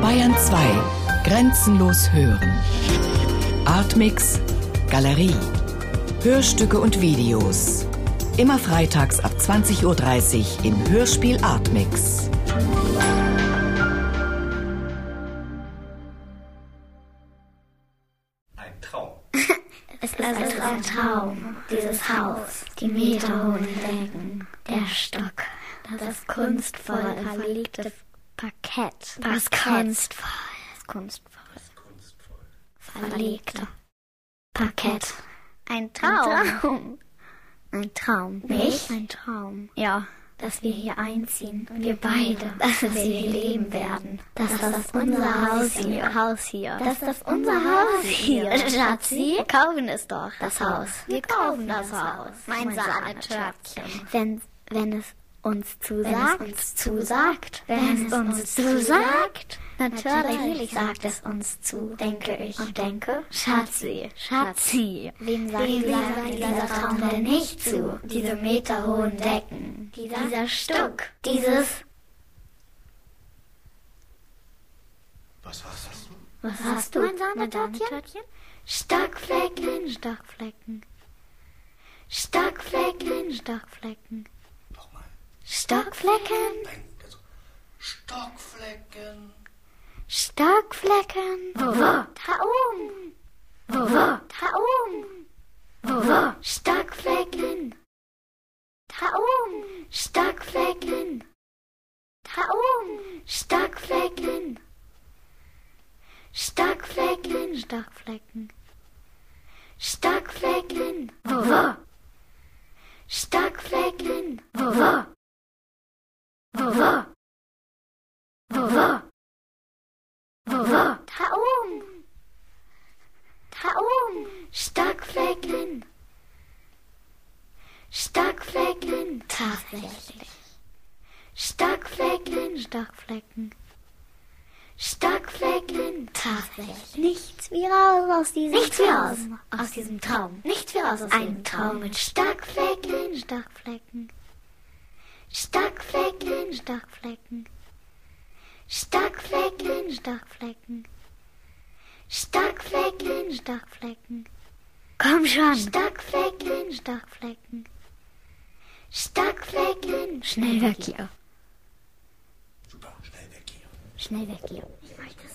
Bayern 2. Grenzenlos hören. Artmix. Galerie. Hörstücke und Videos. Immer freitags ab 20.30 Uhr im Hörspiel Artmix. Ein Traum. Es ist ein Traum, dieses Haus, die meterhohen Decken, der Stock, das kunstvoll verlegte Parkett, das kunstvoll, das kunstvoll Kunstvoll. verlegte Parkett. Ein Traum. Ein Traum. Nicht? Ein Traum. Ja. Dass wir hier einziehen. Wir beide. Dass wir hier leben werden. Dass das unser Haus hier. Haus hier. Dass das unser Haus hier. Schatzi. Kaufen es doch. Das Haus. Wir kaufen das Haus. Mein Sahnetörtchen. Wenn, wenn es uns zusagt. Wenn es uns zusagt. Wenn es uns zusagt. Natürlich sagt es uns zu, denke ich. Und denke, Schatzi, Schatzi. Wem sagt, Wem sagt dieser Traum denn nicht zu? Diese meterhohen Decken, dieser, dieser Stuck, dieses... Was hast du? Was hast du? Mein Sahnetörtchen? Stockflecken. Stockflecken. Stockflecken. Stockflecken. Nochmal. Stockflecken. Ein, also Stockflecken. Stockflecken. Wo, wo? Da oben. Wo, wo? Da oben. Wo, wo? Stockflecken. Da oben. Stockflecken. Da oben. Stockflecken. Stockflecken. Stockflecken. Stockflecken. Wo, wo? Stockflecken. Wo, wo? Wo, wo? Wo, wo? Wo, wo? Da oben. Da oben. um. Stockflecken. Stockflecken. Tatsächlich. Stockflecken. Stockflecken. Stockflecken. Tatsächlich. Nichts wie raus aus diesem Nichts wie raus aus diesem Traum. Nichts wie raus aus einem Traum mit Stockflecken. Stockflecken. Stockflecken. Stockflecken. Stockflecken, Stockflecken. Stockflecken, Stockflecken. Komm schon. Stockflecken, Stockflecken. Stockflecken. Schnell weg hier. Super, schnell weg hier. Schnell weg hier. Ich möchte